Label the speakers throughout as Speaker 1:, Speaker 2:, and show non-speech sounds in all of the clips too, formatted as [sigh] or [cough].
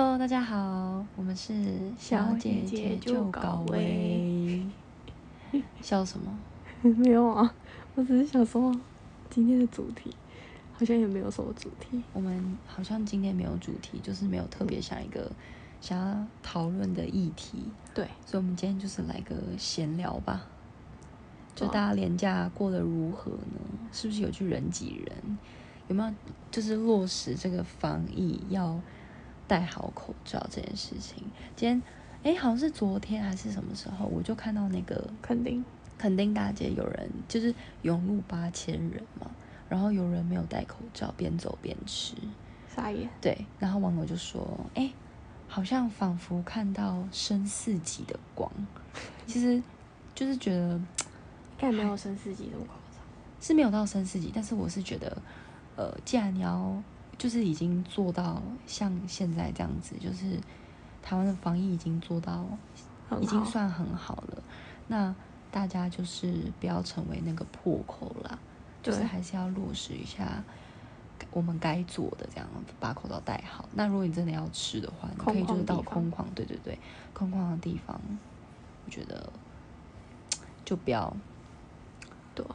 Speaker 1: 喽，我们是姐救搞
Speaker 2: 薇，
Speaker 1: 笑什么？
Speaker 2: [laughs] 没有啊，我只是想说今天的主题好像也没有什么主题。
Speaker 1: 我们好像今天没有主题，就是没有特别想一个想要讨论的议题，
Speaker 2: 对，
Speaker 1: 所以我们今天就是来个闲聊吧。就
Speaker 2: 好啊
Speaker 1: 大家廉假过得如何呢？是不是有去人挤人？有没有就是落实这个防疫要戴好口罩这件事情？今天哎、好像是昨天还是什么时候，我就看到那个
Speaker 2: 肯定
Speaker 1: 垦丁大街有人就是涌入八千人嘛，然后有人没有戴口罩，边走边吃。
Speaker 2: 傻眼。
Speaker 1: 对，然后网友就说：“哎，好像仿佛看到升四级的光。”其实就是觉得
Speaker 2: 该没有升四级这么夸张。
Speaker 1: 是没有到升四级，但是我是觉得，呃，既然你要就是已经做到像现在这样子，就是台湾的防疫已经做到
Speaker 2: 很好
Speaker 1: 已经算很好了。那大家就是不要成为那个破口啦，就是
Speaker 2: 对
Speaker 1: 还是要落实一下该我们该做的，这样把口罩戴好。那如果你真的要吃的话，你可以就是到
Speaker 2: 空旷的地
Speaker 1: 空旷，对对对，空旷的地方，我觉得就不要
Speaker 2: 对啊，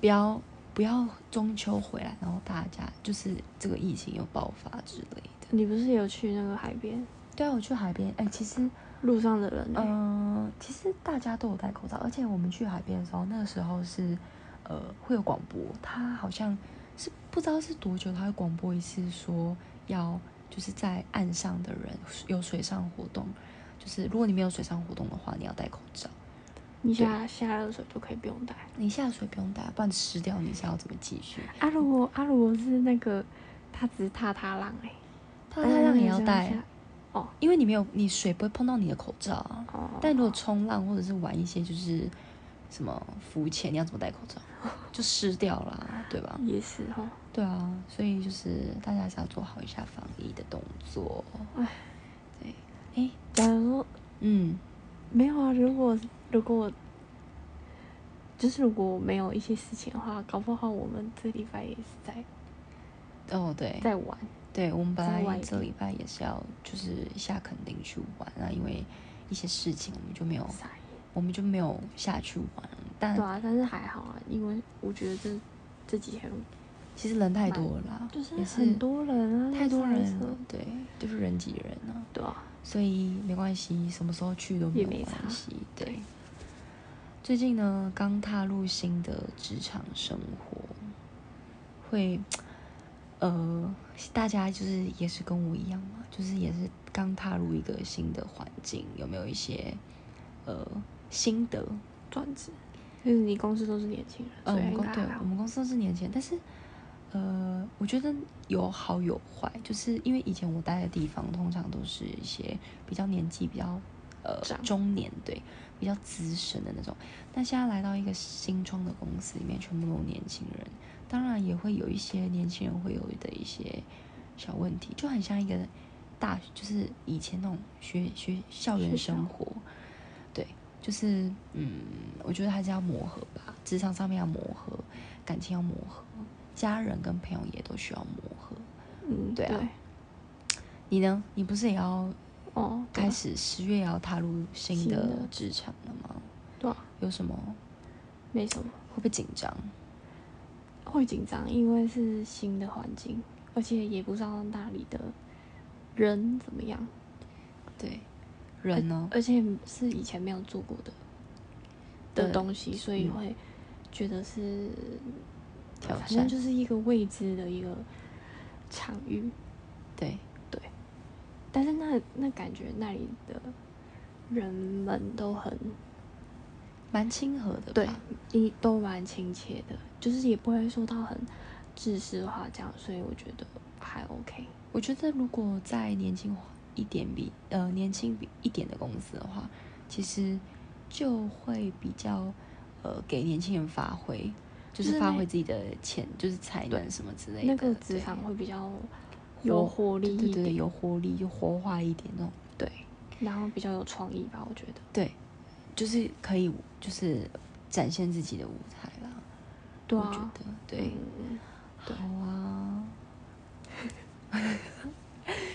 Speaker 1: 不要不要中秋回来，然后大家就是这个疫情又爆发之类的。
Speaker 2: 你不是有去那个海边，
Speaker 1: 对啊，我去海边，哎、其实。
Speaker 2: 路上的人、欸？
Speaker 1: 嗯，其实大家都有戴口罩，而且我们去海边的时候，那个时候是呃会有广播，他好像是不知道是多久，他会广播一次说要就是在岸上的人有水上活动，就是如果你没有水上活动的话，你要戴口罩。
Speaker 2: 你下下热水就可以不用带。
Speaker 1: 你下水不用戴，不然湿掉你是要怎么继续？
Speaker 2: 阿如果阿如果是那个，他只是踏踏浪哎、欸，嗯
Speaker 1: 他他让你要
Speaker 2: 但是
Speaker 1: 戴
Speaker 2: 哎这，样下。哦
Speaker 1: 因为你没有你水不会碰到你的口罩啊。
Speaker 2: 哦，
Speaker 1: 但如果冲浪或者是玩一些就是什么浮潜，你要怎么戴口
Speaker 2: [laughs]
Speaker 1: 罩？就湿掉啦，对吧？
Speaker 2: 也是哦哈，
Speaker 1: 对啊，所以就是大家还是要做好一下防疫的动作。
Speaker 2: 唉，
Speaker 1: 对，哎，
Speaker 2: 假如说
Speaker 1: 嗯，
Speaker 2: 没有啊，如果如果就是如果没有一些事情的话，搞不好我们这礼拜也是在
Speaker 1: 哦，对，
Speaker 2: 在玩，
Speaker 1: 对，我们本
Speaker 2: 在外
Speaker 1: 来
Speaker 2: 地
Speaker 1: 这礼拜也是要就是下垦丁去玩啊，因为一些事情我们就没有，
Speaker 2: 傻眼。
Speaker 1: 我们就没有下去玩。但
Speaker 2: 对啊，但是还好啊，因为我觉得这这几天
Speaker 1: 其实人太多了啦，
Speaker 2: 就是
Speaker 1: 也
Speaker 2: 很多人啊，
Speaker 1: 太多
Speaker 2: 塞
Speaker 1: 人
Speaker 2: 车
Speaker 1: 了，对，就是人挤人啊。
Speaker 2: 对啊，
Speaker 1: 所以没关系，什么时候去都没有
Speaker 2: 也没差
Speaker 1: 关系。对
Speaker 2: 对，
Speaker 1: 最近呢，刚踏入新的职场生活，会，呃，大家就是也是跟我一样嘛，就是也是刚踏入一个新的环境，有没有一些呃心得？
Speaker 2: 转职，就是你公司都是年轻人，
Speaker 1: 呃，
Speaker 2: 所
Speaker 1: 我
Speaker 2: 以
Speaker 1: 们
Speaker 2: 应
Speaker 1: 公
Speaker 2: 该
Speaker 1: 对
Speaker 2: 还好
Speaker 1: 我们公司都是年前，但是呃，我觉得有好有坏，就是因为以前我待的地方通常都是一些比较年纪比较呃
Speaker 2: 长
Speaker 1: 中年对比较资深的那种，那现在来到一个新创的公司里面，全部都是年轻人，当然也会有一些年轻人会有的一些小问题，就很像一个大就是以前那种学学校园
Speaker 2: 学校
Speaker 1: 生活，对，就是嗯，我觉得还是要磨合吧，职场上面要磨合，感情要磨合，家人跟朋友也都需要磨合。
Speaker 2: 嗯
Speaker 1: 对啊你呢？你不是也要
Speaker 2: 哦对啊
Speaker 1: 开始十月也要踏入新
Speaker 2: 新
Speaker 1: 的
Speaker 2: 的
Speaker 1: 职场了吗？
Speaker 2: 对啊，
Speaker 1: 有什么
Speaker 2: 没什么
Speaker 1: 会不会紧张？
Speaker 2: 会紧张，因为是新的环境，而且也不知道那里的人怎么样，
Speaker 1: 对，人呢？
Speaker 2: 而且是以前没有做过的的
Speaker 1: 对
Speaker 2: 东西，所以
Speaker 1: 嗯
Speaker 2: 会觉得是
Speaker 1: 挑
Speaker 2: 呃反
Speaker 1: 战
Speaker 2: 正就是一个未知的一个场域。
Speaker 1: 对，
Speaker 2: 但是那那感觉那里的人们都很
Speaker 1: 蛮亲和的吧。
Speaker 2: 对，一都蛮亲切的，就是也不会说到很自私化这样，所以我觉得还 OK。
Speaker 1: 我觉得如果在年轻化一点比呃年轻比一点的公司的话，其实就会比较呃给年轻人发挥，就
Speaker 2: 就是是
Speaker 1: 发
Speaker 2: 那
Speaker 1: 挥自己的潜，就是才能什么之类的。
Speaker 2: 那个职
Speaker 1: 对
Speaker 2: 场会比较有活力
Speaker 1: 对
Speaker 2: 一
Speaker 1: 对对，
Speaker 2: 点，
Speaker 1: 有活力，就活化一点那种。
Speaker 2: 对，然后比较有创意吧，我觉得。
Speaker 1: 对，就是可以，就是展现自己的舞台啦。
Speaker 2: 对
Speaker 1: 我觉
Speaker 2: 啊，
Speaker 1: 得对。
Speaker 2: 嗯，对
Speaker 1: 好啊。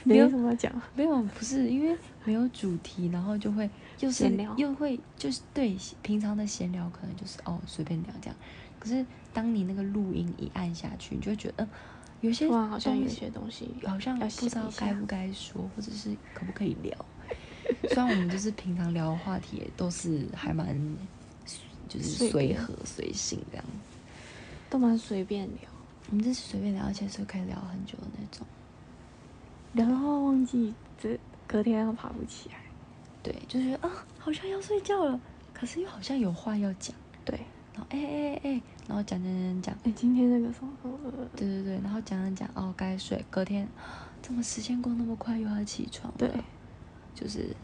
Speaker 1: 没有
Speaker 2: 你为什么要讲？
Speaker 1: 没有，不是因为没有主题，然后就会又是
Speaker 2: 闲聊
Speaker 1: 又会就是对平常的闲聊，可能就是哦随便聊这样。可是当你那个录音一按下去，你就会觉得嗯，有些
Speaker 2: 突然好像
Speaker 1: 东
Speaker 2: 有
Speaker 1: 西
Speaker 2: 些东西
Speaker 1: 好像
Speaker 2: 要
Speaker 1: 不知
Speaker 2: 想
Speaker 1: 道
Speaker 2: 一下
Speaker 1: 该不该说，或者是可不可以聊。虽然我们就是平常聊的话题也都是还蛮就是
Speaker 2: 随
Speaker 1: 随
Speaker 2: 便
Speaker 1: 和随性这样，
Speaker 2: 都蛮随便哦聊，
Speaker 1: 我们就是随便聊，而且是可以聊很久的那种。
Speaker 2: 聊到忘记这隔天要爬不起来。
Speaker 1: 对，就觉得啊、好像要睡觉了，可是又好像有话要讲。
Speaker 2: 对，
Speaker 1: 然后哎哎哎哎，然后讲讲讲讲，
Speaker 2: 哎，今天那个什么，呃
Speaker 1: 对对对，然后讲讲讲，哦，该睡，隔天，怎么时间过那么快，又要起床了？哎
Speaker 2: 对，
Speaker 1: 就是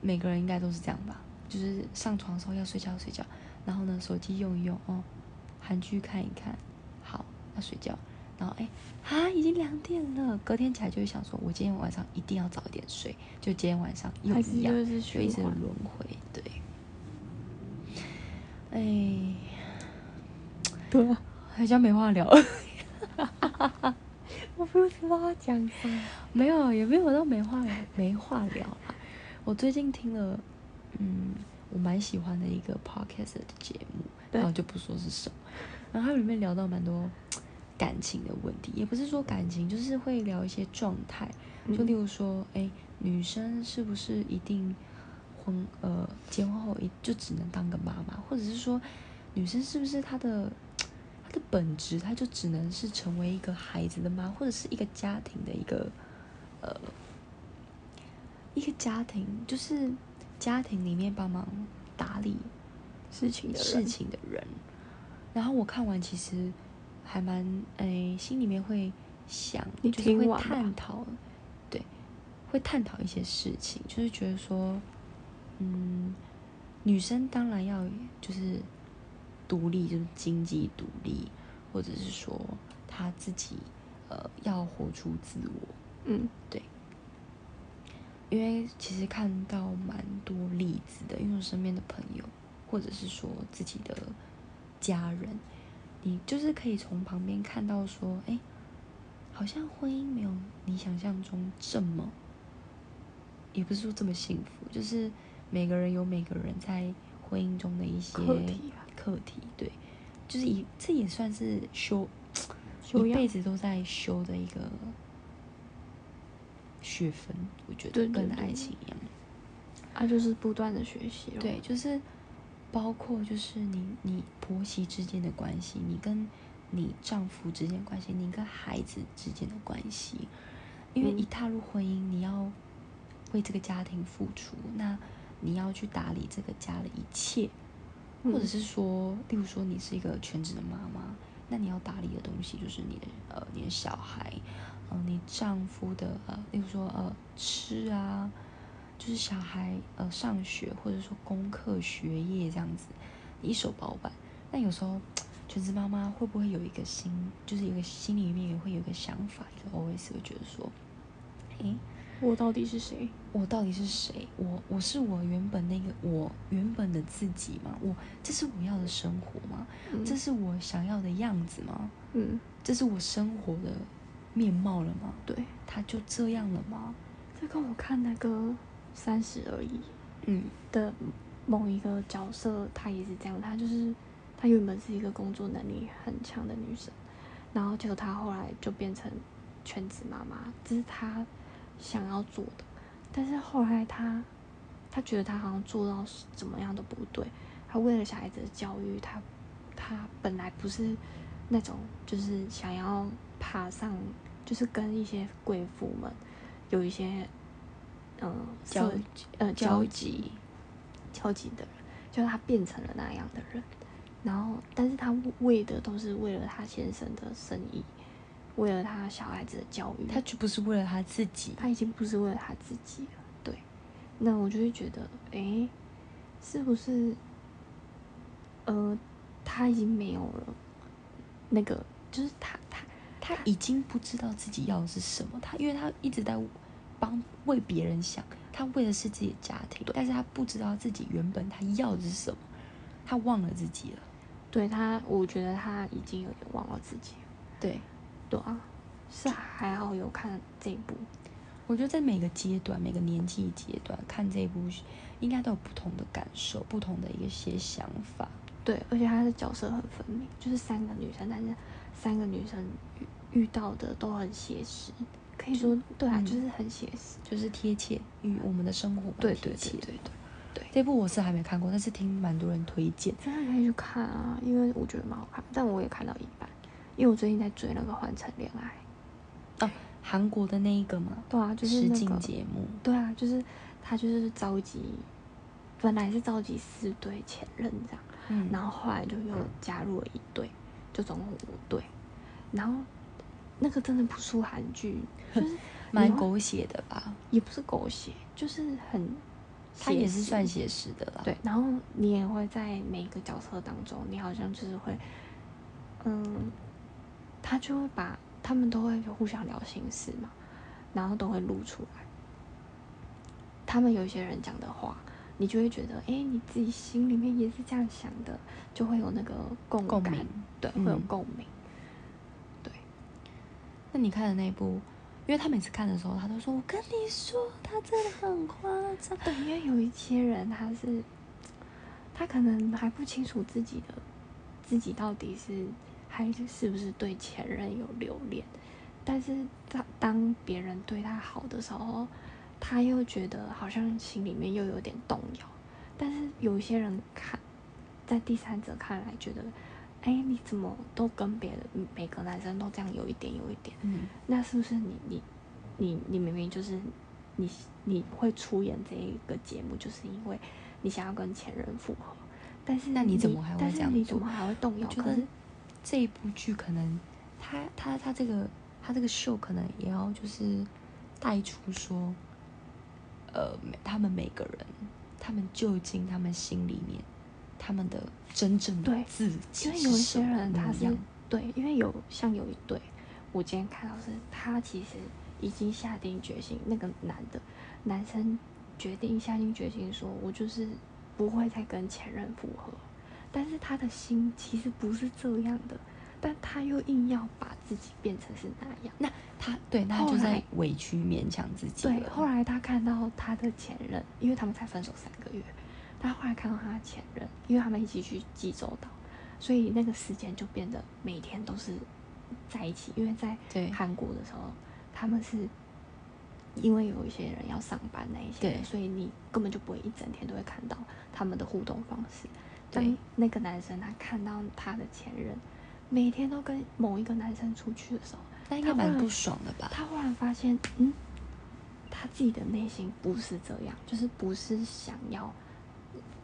Speaker 1: 每个人应该都是这样吧，就是上床的时候要睡觉睡觉，然后呢，手机用一用，哦，韩剧看一看，好，要睡觉，然后哎，啊，已经两点了，隔天起来就会想说，我今天晚上一定要早一点睡，就今天晚上又
Speaker 2: 还是
Speaker 1: 一样，
Speaker 2: 就是
Speaker 1: 就一
Speaker 2: 循
Speaker 1: 直
Speaker 2: 环。
Speaker 1: 轮回，对，哎。
Speaker 2: 对啊，
Speaker 1: 好像没话聊，
Speaker 2: 我不知道要讲什么。
Speaker 1: 没有，也没有到没话聊，没话聊啦。我最近听了，嗯，我蛮喜欢的一个 podcast 的节目，
Speaker 2: 对
Speaker 1: 然后就不说是什么，然后它里面聊到蛮多感情的问题，也不是说感情，就是会聊一些状态，就
Speaker 2: 嗯
Speaker 1: 例如说，哎、女生是不是一定婚呃结婚后一就只能当个妈妈，或者是说，女生是不是她的她的本质，她就只能是成为一个孩子的妈，或者是一个家庭的一个呃一个家庭，就是家庭里面帮忙打理
Speaker 2: 事情的
Speaker 1: 事
Speaker 2: 人，
Speaker 1: 情的人。然后我看完其实还蛮诶、心里面会想，
Speaker 2: 你
Speaker 1: 就是
Speaker 2: 听
Speaker 1: 会
Speaker 2: 完吧
Speaker 1: 探讨，对，会探讨一些事情，就是觉得说，嗯，女生当然要就是独立，就是经济独立，或者是说她自己呃要活出自我，
Speaker 2: 嗯，
Speaker 1: 因为其实看到蛮多例子的，因为我身边的朋友，或者是说自己的家人，你就是可以从旁边看到说，哎，好像婚姻没有你想象中这么，也不是说这么幸福，就是每个人有每个人在婚姻中的一些
Speaker 2: 课题啊，
Speaker 1: 课题，对，就是一这也算是修
Speaker 2: 修
Speaker 1: 一
Speaker 2: 养
Speaker 1: 辈子都在修的一个学分，我觉得
Speaker 2: 对对
Speaker 1: 跟
Speaker 2: 对
Speaker 1: 爱情一样。
Speaker 2: 啊，就是不断的学习咯。
Speaker 1: 对，就是包括就是你你婆媳之间的关系，你跟你丈夫之间的关系，你跟孩子之间的关系，因为
Speaker 2: 嗯
Speaker 1: 一踏入婚姻，你要为这个家庭付出，那你要去打理这个家的一切，
Speaker 2: 嗯，
Speaker 1: 或者是说，例如说你是一个全职的妈妈，那你要打理的东西就是你的呃你的小孩，嗯、你丈夫的呃，例如说呃吃啊，就是小孩呃上学或者说功课学业这样子，你一手包办。那有时候全职妈妈会不会有一个心，就是有一个心里面也会有一个想法，一个 OS 会觉得说，诶，
Speaker 2: 我到底是谁？
Speaker 1: 我到底是谁？我我是我原本那个我原本的自己吗？我这是我要的生活吗？
Speaker 2: 嗯
Speaker 1: 这是我想要的样子吗？
Speaker 2: 嗯，
Speaker 1: 这是我生活的面貌了吗？
Speaker 2: 对，
Speaker 1: 它就这样了吗？
Speaker 2: 这跟我看那个《三十而已》
Speaker 1: 嗯，
Speaker 2: 的某一个角色，她也是这样，她就是她原本是一个工作能力很强的女生，然后结果她后来就变成全职妈妈，这是她想要做的，但是后来她她觉得她好像做到怎么样都不对，她为了小孩子的教育，她她本来不是那种就是想要爬上，就是跟一些贵妇们有一些。嗯，
Speaker 1: 交
Speaker 2: 社呃
Speaker 1: 交
Speaker 2: 交
Speaker 1: 集
Speaker 2: 集交集的人，就是他变成了那样的人。然后，但是他为的都是为了他先生的生意，为了他小孩子的教育，
Speaker 1: 他就不是为了他自己。
Speaker 2: 他已经不是为了他自己了。对，那我就会觉得，诶，是不是，呃，他已经没有了那个，就是他他
Speaker 1: 他已经不知道自己要的是什么，他因为他一直在帮为别人想，他为的是自己的家庭，但是他不知道自己原本他要的是什么，他忘了自己了。
Speaker 2: 对他，我觉得他已经有点忘了自己了。
Speaker 1: 对，
Speaker 2: 对啊，是还好有看这一部，
Speaker 1: 我觉得在每个阶段、每个年纪阶段看这部，应该都有不同的感受、不同的一些想法。
Speaker 2: 对，而且她的角色很分明，就是三个女生，但是三个女生遇遇到的都很写实，可以说对啊，
Speaker 1: 嗯
Speaker 2: 就是很写实。
Speaker 1: 就是贴切与我们的生活蛮
Speaker 2: 对
Speaker 1: 贴
Speaker 2: 对
Speaker 1: 切
Speaker 2: 对
Speaker 1: 的
Speaker 2: 对对，
Speaker 1: 这部我是还没看过，但是听蛮多人推荐。
Speaker 2: 真的可以去看啊，因为我觉得蛮好看，但我也看到一半，因为我最近在追那个《环城恋爱》。
Speaker 1: 哦韩国的那一个嘛，
Speaker 2: 对啊，就是
Speaker 1: 实
Speaker 2: 那
Speaker 1: 境
Speaker 2: 个。
Speaker 1: 节目，
Speaker 2: 对啊，就是他就是召集，本来是召集四对前任这样，
Speaker 1: 嗯，
Speaker 2: 然后后来就又加入了一对，就总共五对，然后那个真的不输韩剧，就是
Speaker 1: 蛮狗血的吧？
Speaker 2: 也不是狗血，就是很
Speaker 1: 它
Speaker 2: 写
Speaker 1: 也是
Speaker 2: 实
Speaker 1: 算写实的啦。
Speaker 2: 对，，然后你也会在每一个角色当中，你好像就是会，嗯，他就会把他们都会互相聊心事嘛，然后都会录出来。他们有一些人讲的话，你就会觉得，哎，你自己心里面也是这样想的，就会有那个共
Speaker 1: 共
Speaker 2: 感，
Speaker 1: 鸣。
Speaker 2: 对，会有
Speaker 1: 嗯
Speaker 2: 共鸣。对，
Speaker 1: 那你看的那一部，因为他每次看的时候，他都说：“我跟你说，他真的很夸张。
Speaker 2: 对，因为有一些人他是，他可能还不清楚自己的，自己到底是还是不是对前任有留恋，但是他当别人对他好的时候，他又觉得好像心里面又有点动摇，但是有一些人看，在第三者看来觉得，哎，你怎么都跟别人每个男生都这样有一点有一点。”
Speaker 1: 嗯，
Speaker 2: 那是不是你你你你明明就是你你会出演这一个节目，就是因为你想要跟前任复合，但是
Speaker 1: 那你怎么还会
Speaker 2: 但是
Speaker 1: 这样
Speaker 2: 你
Speaker 1: 做
Speaker 2: 怎么还会动
Speaker 1: 我
Speaker 2: 摇？
Speaker 1: 觉
Speaker 2: 可
Speaker 1: 得
Speaker 2: 是
Speaker 1: 这一部剧可能他他他这个他这个秀可能也要就是呃带出说，呃，每他们每个人，他们究竟他们心里面，他们的真正的
Speaker 2: 对
Speaker 1: 自己
Speaker 2: 因为
Speaker 1: 是
Speaker 2: 有一
Speaker 1: 什
Speaker 2: 些
Speaker 1: 么
Speaker 2: 人他
Speaker 1: 模
Speaker 2: 是
Speaker 1: 样
Speaker 2: 对，因为有像有一对，我今天看到是他其实已经下定决心，那个男的男生决定下定决心说，我就是不会再跟前任复合，但是他的心其实不是这样的，但他又硬要把自己变成是那样。
Speaker 1: 那他对他
Speaker 2: 后
Speaker 1: 就在
Speaker 2: 来
Speaker 1: 委屈勉强自己
Speaker 2: 对，
Speaker 1: 了
Speaker 2: 后来他看到他的前任，因为他们才分手三个月，他后来看到他的前任，因为他们一起去济州岛，所以那个时间就变得每天都是在一起。因为在
Speaker 1: 对
Speaker 2: 韩国的时候，他们是因为有一些人要上班那一些
Speaker 1: 对
Speaker 2: 人，所以你根本就不会一整天都会看到他们的互动方式。
Speaker 1: 对
Speaker 2: 当那个男生他看到他的前任每天都跟某一个男生出去的时候，
Speaker 1: 那应该
Speaker 2: 他
Speaker 1: 蛮
Speaker 2: 会
Speaker 1: 不爽的吧？
Speaker 2: 他忽然发现，嗯，他自己的内心不是这样，就是不是想要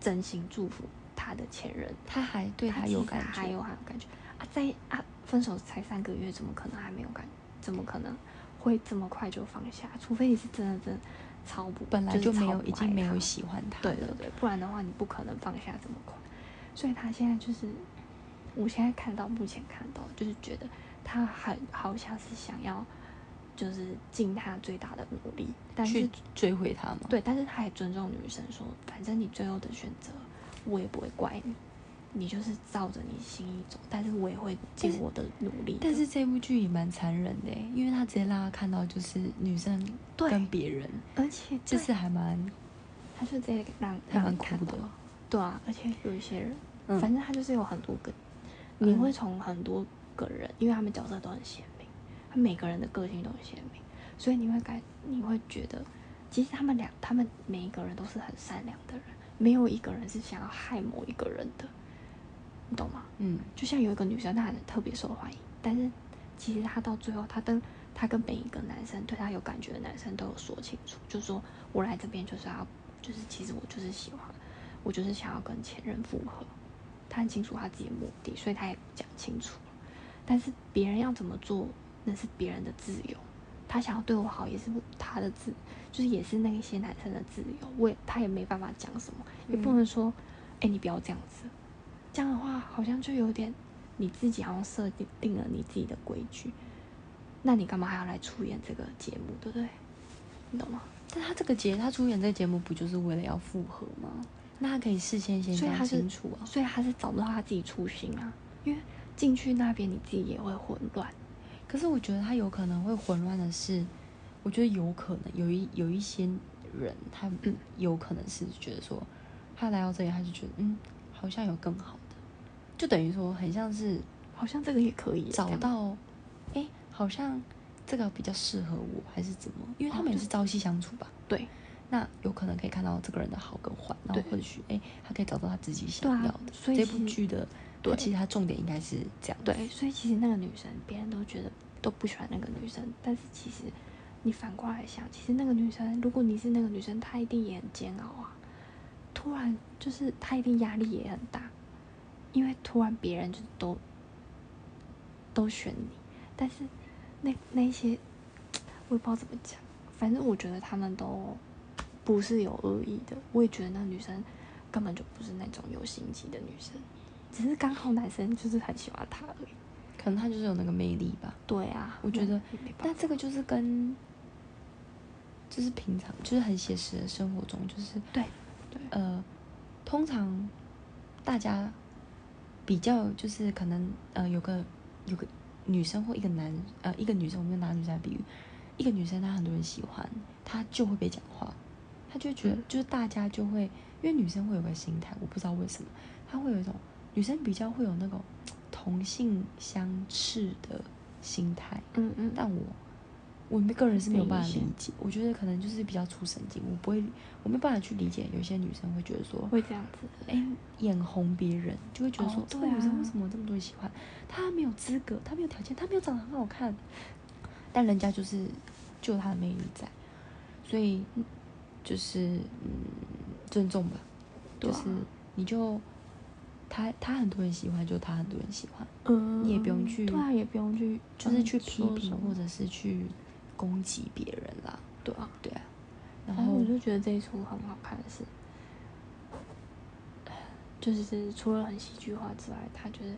Speaker 2: 真心祝福他的前任，
Speaker 1: 他还对他
Speaker 2: 其
Speaker 1: 有
Speaker 2: 实
Speaker 1: 感
Speaker 2: 还有
Speaker 1: 觉，
Speaker 2: 还有感觉啊，在啊分手才三个月，怎么可能还没有感？怎么可能会这么快就放下？除非你是真的真的超不，
Speaker 1: 本来
Speaker 2: 就
Speaker 1: 就是没
Speaker 2: 超
Speaker 1: 有
Speaker 2: 不
Speaker 1: 已经
Speaker 2: 爱
Speaker 1: 没
Speaker 2: 他
Speaker 1: 有喜欢他
Speaker 2: 对
Speaker 1: 了
Speaker 2: 对对，不然的话你不可能放下这么快。所以他现在就是，我现在看到目前看到就是觉得他很好像是想要，就是尽他最大的努力，但是
Speaker 1: 去追回他嘛？
Speaker 2: 对，但是他也尊重女生说，反正你最后的选择，我也不会怪你，你就是照着你心意走，但是我也会
Speaker 1: 但
Speaker 2: 尽
Speaker 1: 是
Speaker 2: 我的努力的。
Speaker 1: 但是这部剧也蛮残忍的欸，因为他直接让他看到就是女生
Speaker 2: 对
Speaker 1: 跟别人，
Speaker 2: 而且
Speaker 1: 这
Speaker 2: 对
Speaker 1: 是还蛮
Speaker 2: 他就直接让
Speaker 1: 还
Speaker 2: 让
Speaker 1: 蛮
Speaker 2: 你看
Speaker 1: 酷
Speaker 2: 到
Speaker 1: 的。
Speaker 2: 对啊，而且有一些人，
Speaker 1: 嗯
Speaker 2: 反正他就是有很多个，你
Speaker 1: 嗯
Speaker 2: 会从很多个人，因为他们角色都很鲜明，他每个人的个性都很鲜明，所以你会感，你会觉得，其实他们俩，他们每一个人都是很善良的人，没有一个人是想要害某一个人的，你懂吗？
Speaker 1: 嗯，
Speaker 2: 就像有一个女生，她很特别受欢迎，但是其实她到最后，她跟她跟每一个男生对她有感觉的男生都有说清楚，就说我来这边就是要，就是其实我就是喜欢，我就是想要跟前任复合。她很清楚她自己的目的，所以她也讲清楚了。但是别人要怎么做，那是别人的自由。她想要对我好，也是她的自，就是也是那一些男生的自由。我也她也没办法讲什么，也不
Speaker 1: 嗯
Speaker 2: 能说，哎、你不要这样子。这样的话，好像就有点你自己好像设定定了你自己的规矩，那你干嘛还要来出演这个节目，对不对？你懂吗？
Speaker 1: 但他这个节他出演这个节目不就是为了要复合吗？那他可以事先先
Speaker 2: 哦所以
Speaker 1: 讲
Speaker 2: 他是
Speaker 1: 清楚啊。
Speaker 2: 所以他是找不到他自己初心啊，因为进去那边你自己也会混乱。
Speaker 1: 可是我觉得他有可能会混乱的是，我觉得有可能有一有一些人，他
Speaker 2: 嗯
Speaker 1: 有可能是觉得说，他来到这里，他就觉得嗯，好像有更好的，就等于说很像是
Speaker 2: 好像这个也可以
Speaker 1: 找
Speaker 2: 这样
Speaker 1: 到，哎，好像这个比较适合我，还是怎么？因为他
Speaker 2: 哦
Speaker 1: 们也
Speaker 2: 就是
Speaker 1: 朝夕相处吧，
Speaker 2: 对
Speaker 1: 那有可能可以看到这个人的好跟坏，然后
Speaker 2: 对
Speaker 1: 或许哎，他可以找到他自己
Speaker 2: 对
Speaker 1: 想
Speaker 2: 啊
Speaker 1: 要的。
Speaker 2: 所以
Speaker 1: 这
Speaker 2: 其
Speaker 1: 部
Speaker 2: 实
Speaker 1: 剧的，它
Speaker 2: 对
Speaker 1: 其实它重点应该是这样。
Speaker 2: 对，所以其实那个女生别人都觉得都不喜欢那个女生，但是其实你反过来想，其实那个女生，如果你是那个女生，她一定也很煎熬啊。突然就是她一定压力也很大，因为突然别人就都都选你，但是那那一些我也不知道怎么讲，反正我觉得他们都不是有恶意的，我也觉得那女生根本就不是那种有心机的女生，只是刚好男生就是很喜欢她而已。
Speaker 1: 可能他就是有那个魅力吧。
Speaker 2: 对啊，
Speaker 1: 我觉
Speaker 2: 那
Speaker 1: 得
Speaker 2: 也没办
Speaker 1: 那
Speaker 2: 法
Speaker 1: 这个就是跟，就是平常就是很写实的生活中，就是
Speaker 2: 对对
Speaker 1: 呃，通常大家比较就是可能呃有个有个女生或一个男呃一个女生，我们就拿女生来比喻，一个女生她很多人喜欢，她就会被讲话，她就会觉得、
Speaker 2: 嗯
Speaker 1: 就是大家就会因为女生会有个心态，我不知道为什么，她会有一种女生比较会有那种同性相斥的心态，
Speaker 2: 嗯嗯，
Speaker 1: 但我我们个人是没有
Speaker 2: 理
Speaker 1: 办法
Speaker 2: 解
Speaker 1: 理解，我觉得可能就是比较出神经，我不会，我没有办法去理解有些女生会觉得说，
Speaker 2: 会这样子。
Speaker 1: 哎，眼红别人，就会觉得说、
Speaker 2: 哦
Speaker 1: 这个
Speaker 2: 对
Speaker 1: 女生
Speaker 2: 啊
Speaker 1: 为什么这么多人喜欢？她没有资格，她没有条件，她没有长得很好看，但人家就是就有她的魅力在，所以就是嗯，尊重吧，
Speaker 2: 对
Speaker 1: 就
Speaker 2: 啊
Speaker 1: 是你就她她很多人喜欢，就她很多人喜欢。
Speaker 2: 嗯，
Speaker 1: 你也不用去
Speaker 2: 对啊，也不用去，
Speaker 1: 就是
Speaker 2: 嗯
Speaker 1: 去批
Speaker 2: 说
Speaker 1: 评
Speaker 2: 什么
Speaker 1: 或者是去攻击别人啦，
Speaker 2: 对啊。
Speaker 1: 对啊。然
Speaker 2: 反正
Speaker 1: 后
Speaker 2: 哦我就觉得这一出很好看的是，就是除了很戏剧化之外，他觉得，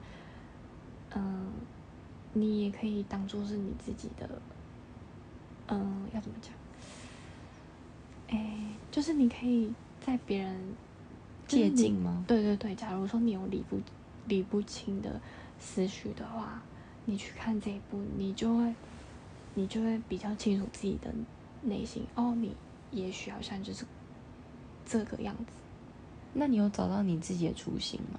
Speaker 2: 嗯、你也可以当做是你自己的，嗯、要怎么讲？哎、就是你可以在别人就是
Speaker 1: 借
Speaker 2: 你
Speaker 1: 镜吗？
Speaker 2: 对对对，假如说你有理不理不清的思绪的话，你去看这一部，你就会你就会比较清楚自己的内心。哦，你也许好像就是这个样子。
Speaker 1: 那你有找到你自己的初心吗？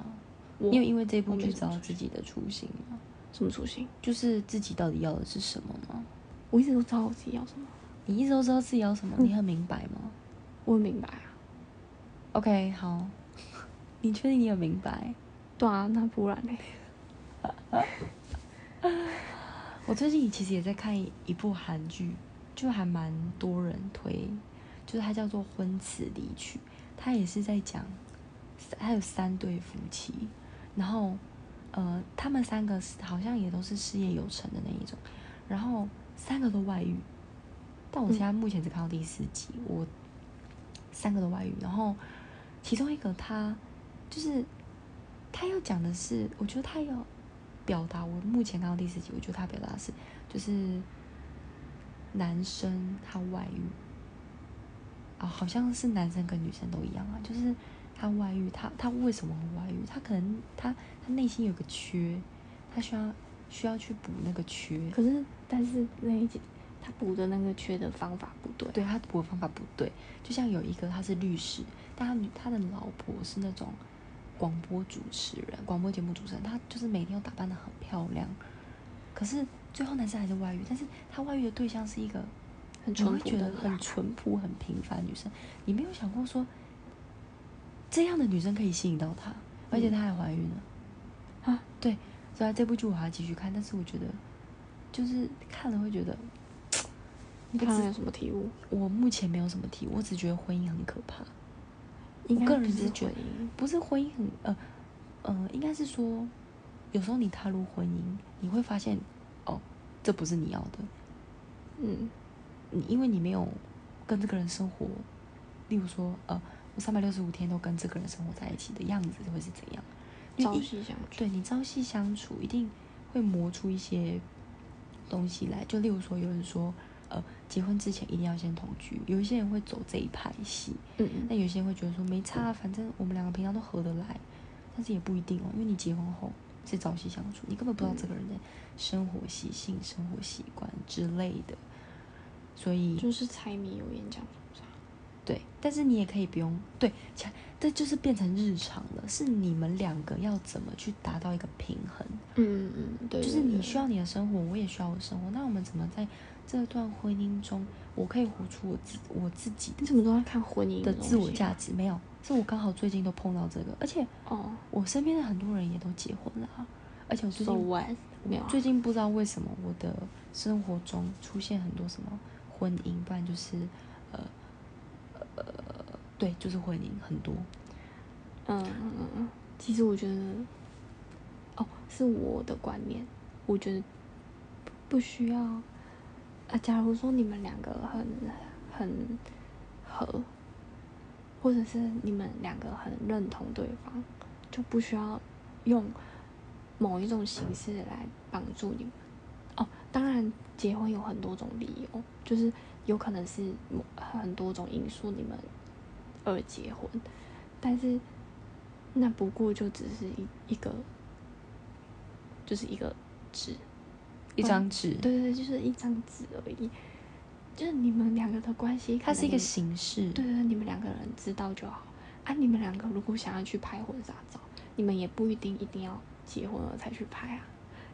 Speaker 2: 我
Speaker 1: 你有因为这部
Speaker 2: 我没
Speaker 1: 剧
Speaker 2: 什
Speaker 1: 找
Speaker 2: 么
Speaker 1: 到
Speaker 2: 初
Speaker 1: 自己的初心吗？
Speaker 2: 什么初心？
Speaker 1: 就是自己到底要的是什么吗？
Speaker 2: 我一直都知道我自己要什么，
Speaker 1: 你一直都知道自己要什么，
Speaker 2: 嗯
Speaker 1: 你很明白吗
Speaker 2: 我很明白啊。
Speaker 1: ？OK，好， [laughs] 你确定你很明白？
Speaker 2: 对啊，那不然嘞？
Speaker 1: 我最近其实也在看一部韩剧，就还蛮多人推，就是它叫做《婚词离曲》，它也是在讲，它有三对夫妻，然后呃，他们三个是好像也都是事业有成的那一种，然后三个都外遇，但我
Speaker 2: 嗯
Speaker 1: 现在目前只看到第四集，我三个都外遇，然后其中一个他就是他要讲的是，我觉得他要表达，我目前看到第四集，我觉得他表达的是就是男生他外遇啊、好像是男生跟女生都一样啊，就是他外遇，他他为什么会外遇？他可能他他内心有个缺，他需要需要去补那个缺，
Speaker 2: 可是，但是那一集他补的那个缺的方法不对。
Speaker 1: 对他补的方法不对。就像有一个他是律师，但他女他的老婆是那种广播主持人，广播节目主持人，他就是每天都打扮的很漂亮，可是最后男生还是外遇，但是他外遇的对象是一个
Speaker 2: 很
Speaker 1: 你会
Speaker 2: 淳朴
Speaker 1: 觉得
Speaker 2: 的啊啦
Speaker 1: 很淳朴、很平凡的女生，你没有想过说这样的女生可以吸引到他，而且
Speaker 2: 嗯
Speaker 1: 她还怀孕了。
Speaker 2: 啊，
Speaker 1: 对，所以这部剧我还要继续看，但是我觉得就是看了会觉得，
Speaker 2: 你看了有什么体悟？
Speaker 1: 我目前没有什么题，我只觉得婚姻很可怕。
Speaker 2: 应
Speaker 1: 我
Speaker 2: 该
Speaker 1: 个人
Speaker 2: 不
Speaker 1: 是
Speaker 2: 是
Speaker 1: 觉
Speaker 2: 回
Speaker 1: 得
Speaker 2: 应
Speaker 1: 不是婚姻很呃呃，应该是说，有时候你踏入婚姻，你会发现哦，这不是你要的，
Speaker 2: 嗯，
Speaker 1: 你因为你没有跟这个人生活，例如说呃，我三百六十五天都跟这个人生活在一起的样子会是怎样？因为
Speaker 2: 朝
Speaker 1: 一
Speaker 2: 夕相处。
Speaker 1: 对你朝夕相处，一定会磨出一些东西来。就例如说，有人说，呃，结婚之前一定要先同居，有一些人会走这一派系，
Speaker 2: 嗯嗯
Speaker 1: 那有些人会觉得说没差啊，反正我们两个平常都合得来，但是也不一定哦，因为你结婚后，是朝夕相处，你根本不知道这个人的生活习性、生活习惯之类的。所以
Speaker 2: 就是柴米油盐酱醋茶。
Speaker 1: 对，但是你也可以不用对，其这就是变成日常了，是你们两个要怎么去达到一个平衡。
Speaker 2: 嗯嗯嗯，对，
Speaker 1: 就是你需
Speaker 2: 要，
Speaker 1: 要你的生活，我也需要我的生活。那我们怎么在这段婚姻中，我可以活出我自我自己
Speaker 2: 你怎么都要看婚姻
Speaker 1: 的
Speaker 2: 东
Speaker 1: 自我
Speaker 2: 西
Speaker 1: 价值？没有，是我刚好最近都碰到这个，而且
Speaker 2: 哦，
Speaker 1: 我身边的很多人也都结婚了啊、而且我最
Speaker 2: so
Speaker 1: 近
Speaker 2: what？没有啊，
Speaker 1: 最近不知道为什么我的生活中出现很多什么婚姻，不然就是呃呃对，就是婚姻很多。
Speaker 2: 嗯嗯嗯嗯，其实我觉得，哦，是我的观念，我觉得不需要啊。假如说你们两个很很合，或者是你们两个很认同对方，就不需要用某一种形式来帮助你们。哦，当然，结婚有很多种理由，就是有可能是某很多种因素你们而结婚，但是那不过就只是一一个，就是一个纸，
Speaker 1: 一张纸，
Speaker 2: 哦对对对，就是一张纸而已。就是你们两个的关系，
Speaker 1: 它是一个
Speaker 2: 对
Speaker 1: 形式，
Speaker 2: 对，对你们两个人知道就好。啊，你们两个如果想要去拍婚纱照，你们也不一定一定要结婚了才去拍啊，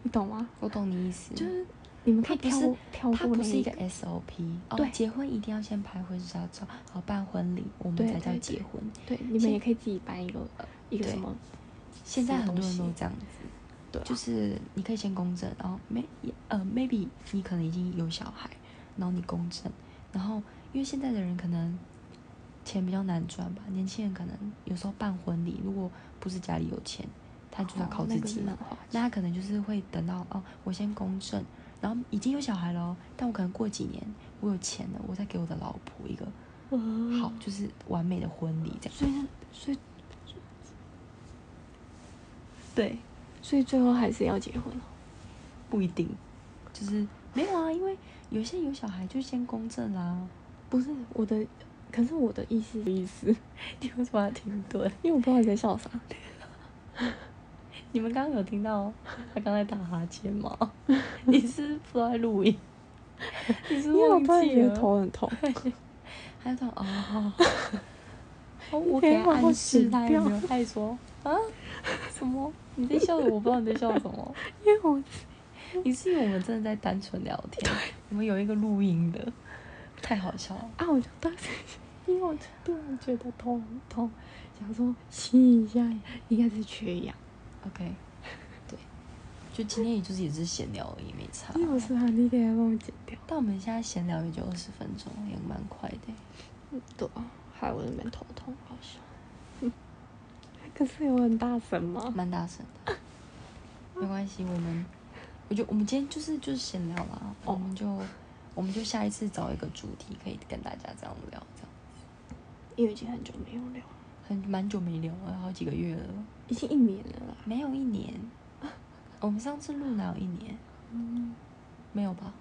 Speaker 2: 你懂吗？
Speaker 1: 我懂你意思，
Speaker 2: 就是你们可以
Speaker 1: 它不
Speaker 2: 跳
Speaker 1: 是
Speaker 2: 过跳
Speaker 1: 它
Speaker 2: 过
Speaker 1: 不
Speaker 2: 那
Speaker 1: 是一
Speaker 2: 个
Speaker 1: 个 SOP，、哦、
Speaker 2: 对
Speaker 1: 结婚一定要先拍婚纱照，然后办婚礼，我们
Speaker 2: 对
Speaker 1: 才叫
Speaker 2: 对
Speaker 1: 结
Speaker 2: 对
Speaker 1: 婚。
Speaker 2: 对，你
Speaker 1: 现
Speaker 2: 们也可以自己办一个一个
Speaker 1: 呃对
Speaker 2: 什么，
Speaker 1: 现在
Speaker 2: 什么
Speaker 1: 很多
Speaker 2: 东
Speaker 1: 人都
Speaker 2: 西
Speaker 1: 这样子，
Speaker 2: 对啊，
Speaker 1: 就是你可以先公证，然后 may 呃 maybe 你可能已经有小孩，然后你公证，然后因为现在的人可能钱比较难赚吧，年轻人可能有时候办婚礼，如果不是家里有钱，他就是要
Speaker 2: 哦
Speaker 1: 靠
Speaker 2: 那
Speaker 1: 自
Speaker 2: 个
Speaker 1: 己
Speaker 2: 真的
Speaker 1: 嘛。
Speaker 2: 很花
Speaker 1: 那
Speaker 2: 钱
Speaker 1: 他可能就是会等到哦，我先公证，然后已经有小孩了哦，但我可能过几年我有钱了，我再给我的老婆一个好，
Speaker 2: 嗯
Speaker 1: 就是完美的婚礼这样。
Speaker 2: 哦所以所以
Speaker 1: 对，
Speaker 2: 所以最后还是要结婚哦
Speaker 1: 不一定，就是没有啊，因为有些有小孩就先公证啦。 [laughs]
Speaker 2: 不是我的，可是我的意思意思， [laughs]
Speaker 1: 你为什么要停顿？
Speaker 2: 因为我不知道你在笑啥。
Speaker 1: 你们刚刚有听到他刚才打哈欠吗？ [laughs] 你是不是不知道在录
Speaker 2: [laughs]
Speaker 1: 音？你是
Speaker 2: [laughs] 因
Speaker 1: 不
Speaker 2: 为
Speaker 1: 是
Speaker 2: 我
Speaker 1: 忘
Speaker 2: 突然
Speaker 1: 记
Speaker 2: 觉得
Speaker 1: 了？
Speaker 2: 头很痛，
Speaker 1: 他就说哦，
Speaker 2: [laughs]
Speaker 1: 哦，我给
Speaker 2: 可以
Speaker 1: 他
Speaker 2: 把我
Speaker 1: 暗示，
Speaker 2: 剪
Speaker 1: 他也
Speaker 2: 啊掉
Speaker 1: 没有，他也说
Speaker 2: [laughs]
Speaker 1: 啊，什么？你在笑什么？我不知道你在笑什么。
Speaker 2: [laughs] 因为我
Speaker 1: 你是以为我们真的在单纯聊天？我们有一个录音的，太好笑了。
Speaker 2: 啊，我就当时，因为我就突然觉得头很痛，想说吸一下，应该是缺氧，
Speaker 1: OK，对，就今天也就是也是闲聊而已，没差。
Speaker 2: 因为我是把你给它帮我剪掉。
Speaker 1: 但我们现在闲聊也就二十分钟，也蛮快的。
Speaker 2: 对啊，害我那边头痛，好笑。 [laughs] 可是有很大声吗？
Speaker 1: 蛮大声
Speaker 2: [laughs]
Speaker 1: 的，没关系，我们，我觉得我们今天就是就是闲聊啦，我
Speaker 2: 哦
Speaker 1: 们就我们就下一次找一个主题可以跟大家这样聊，这样
Speaker 2: 因为已经很久没有聊了，
Speaker 1: 很蛮久没聊了，好几个月了，
Speaker 2: 已经一年了啦。
Speaker 1: 没有一
Speaker 2: [laughs]
Speaker 1: 年，哦我们上次录哪有一年？
Speaker 2: 嗯，
Speaker 1: 没有吧？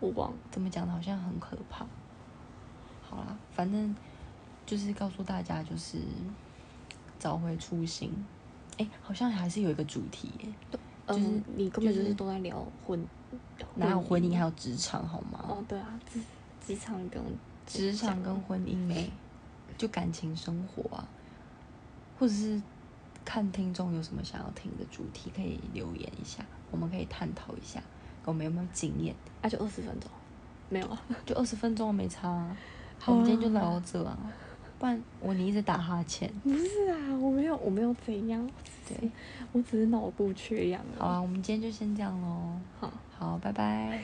Speaker 2: 我忘了。
Speaker 1: 怎么讲的好像很可怕。好啦，反正就是告诉大家，就是找回初心。哎、好像还是有一个主题耶、就是
Speaker 2: 嗯，你根本
Speaker 1: 就
Speaker 2: 就是是都在聊婚，
Speaker 1: 哪有婚姻还有职场好吗？
Speaker 2: 哦，对啊，职职场不用
Speaker 1: 职场
Speaker 2: 讲
Speaker 1: 跟婚姻没，就感情生活啊，或者是看听众有什么想要听的主题，可以留言一下，我们可以探讨一下，我们有没有经
Speaker 2: [laughs]
Speaker 1: 验？
Speaker 2: 啊，就二十分钟，没有啊。
Speaker 1: 就二十分钟没差、啊，
Speaker 2: 好
Speaker 1: 我
Speaker 2: 啊
Speaker 1: 们今天就聊到这啊，不然我你一直打哈欠。
Speaker 2: 不是啊，我没有，我没有怎样，我只是
Speaker 1: 对，
Speaker 2: 我只是脑部缺氧
Speaker 1: 好
Speaker 2: 而
Speaker 1: 啊，我们今天就先这样喽。
Speaker 2: 已。好。
Speaker 1: 好，拜拜。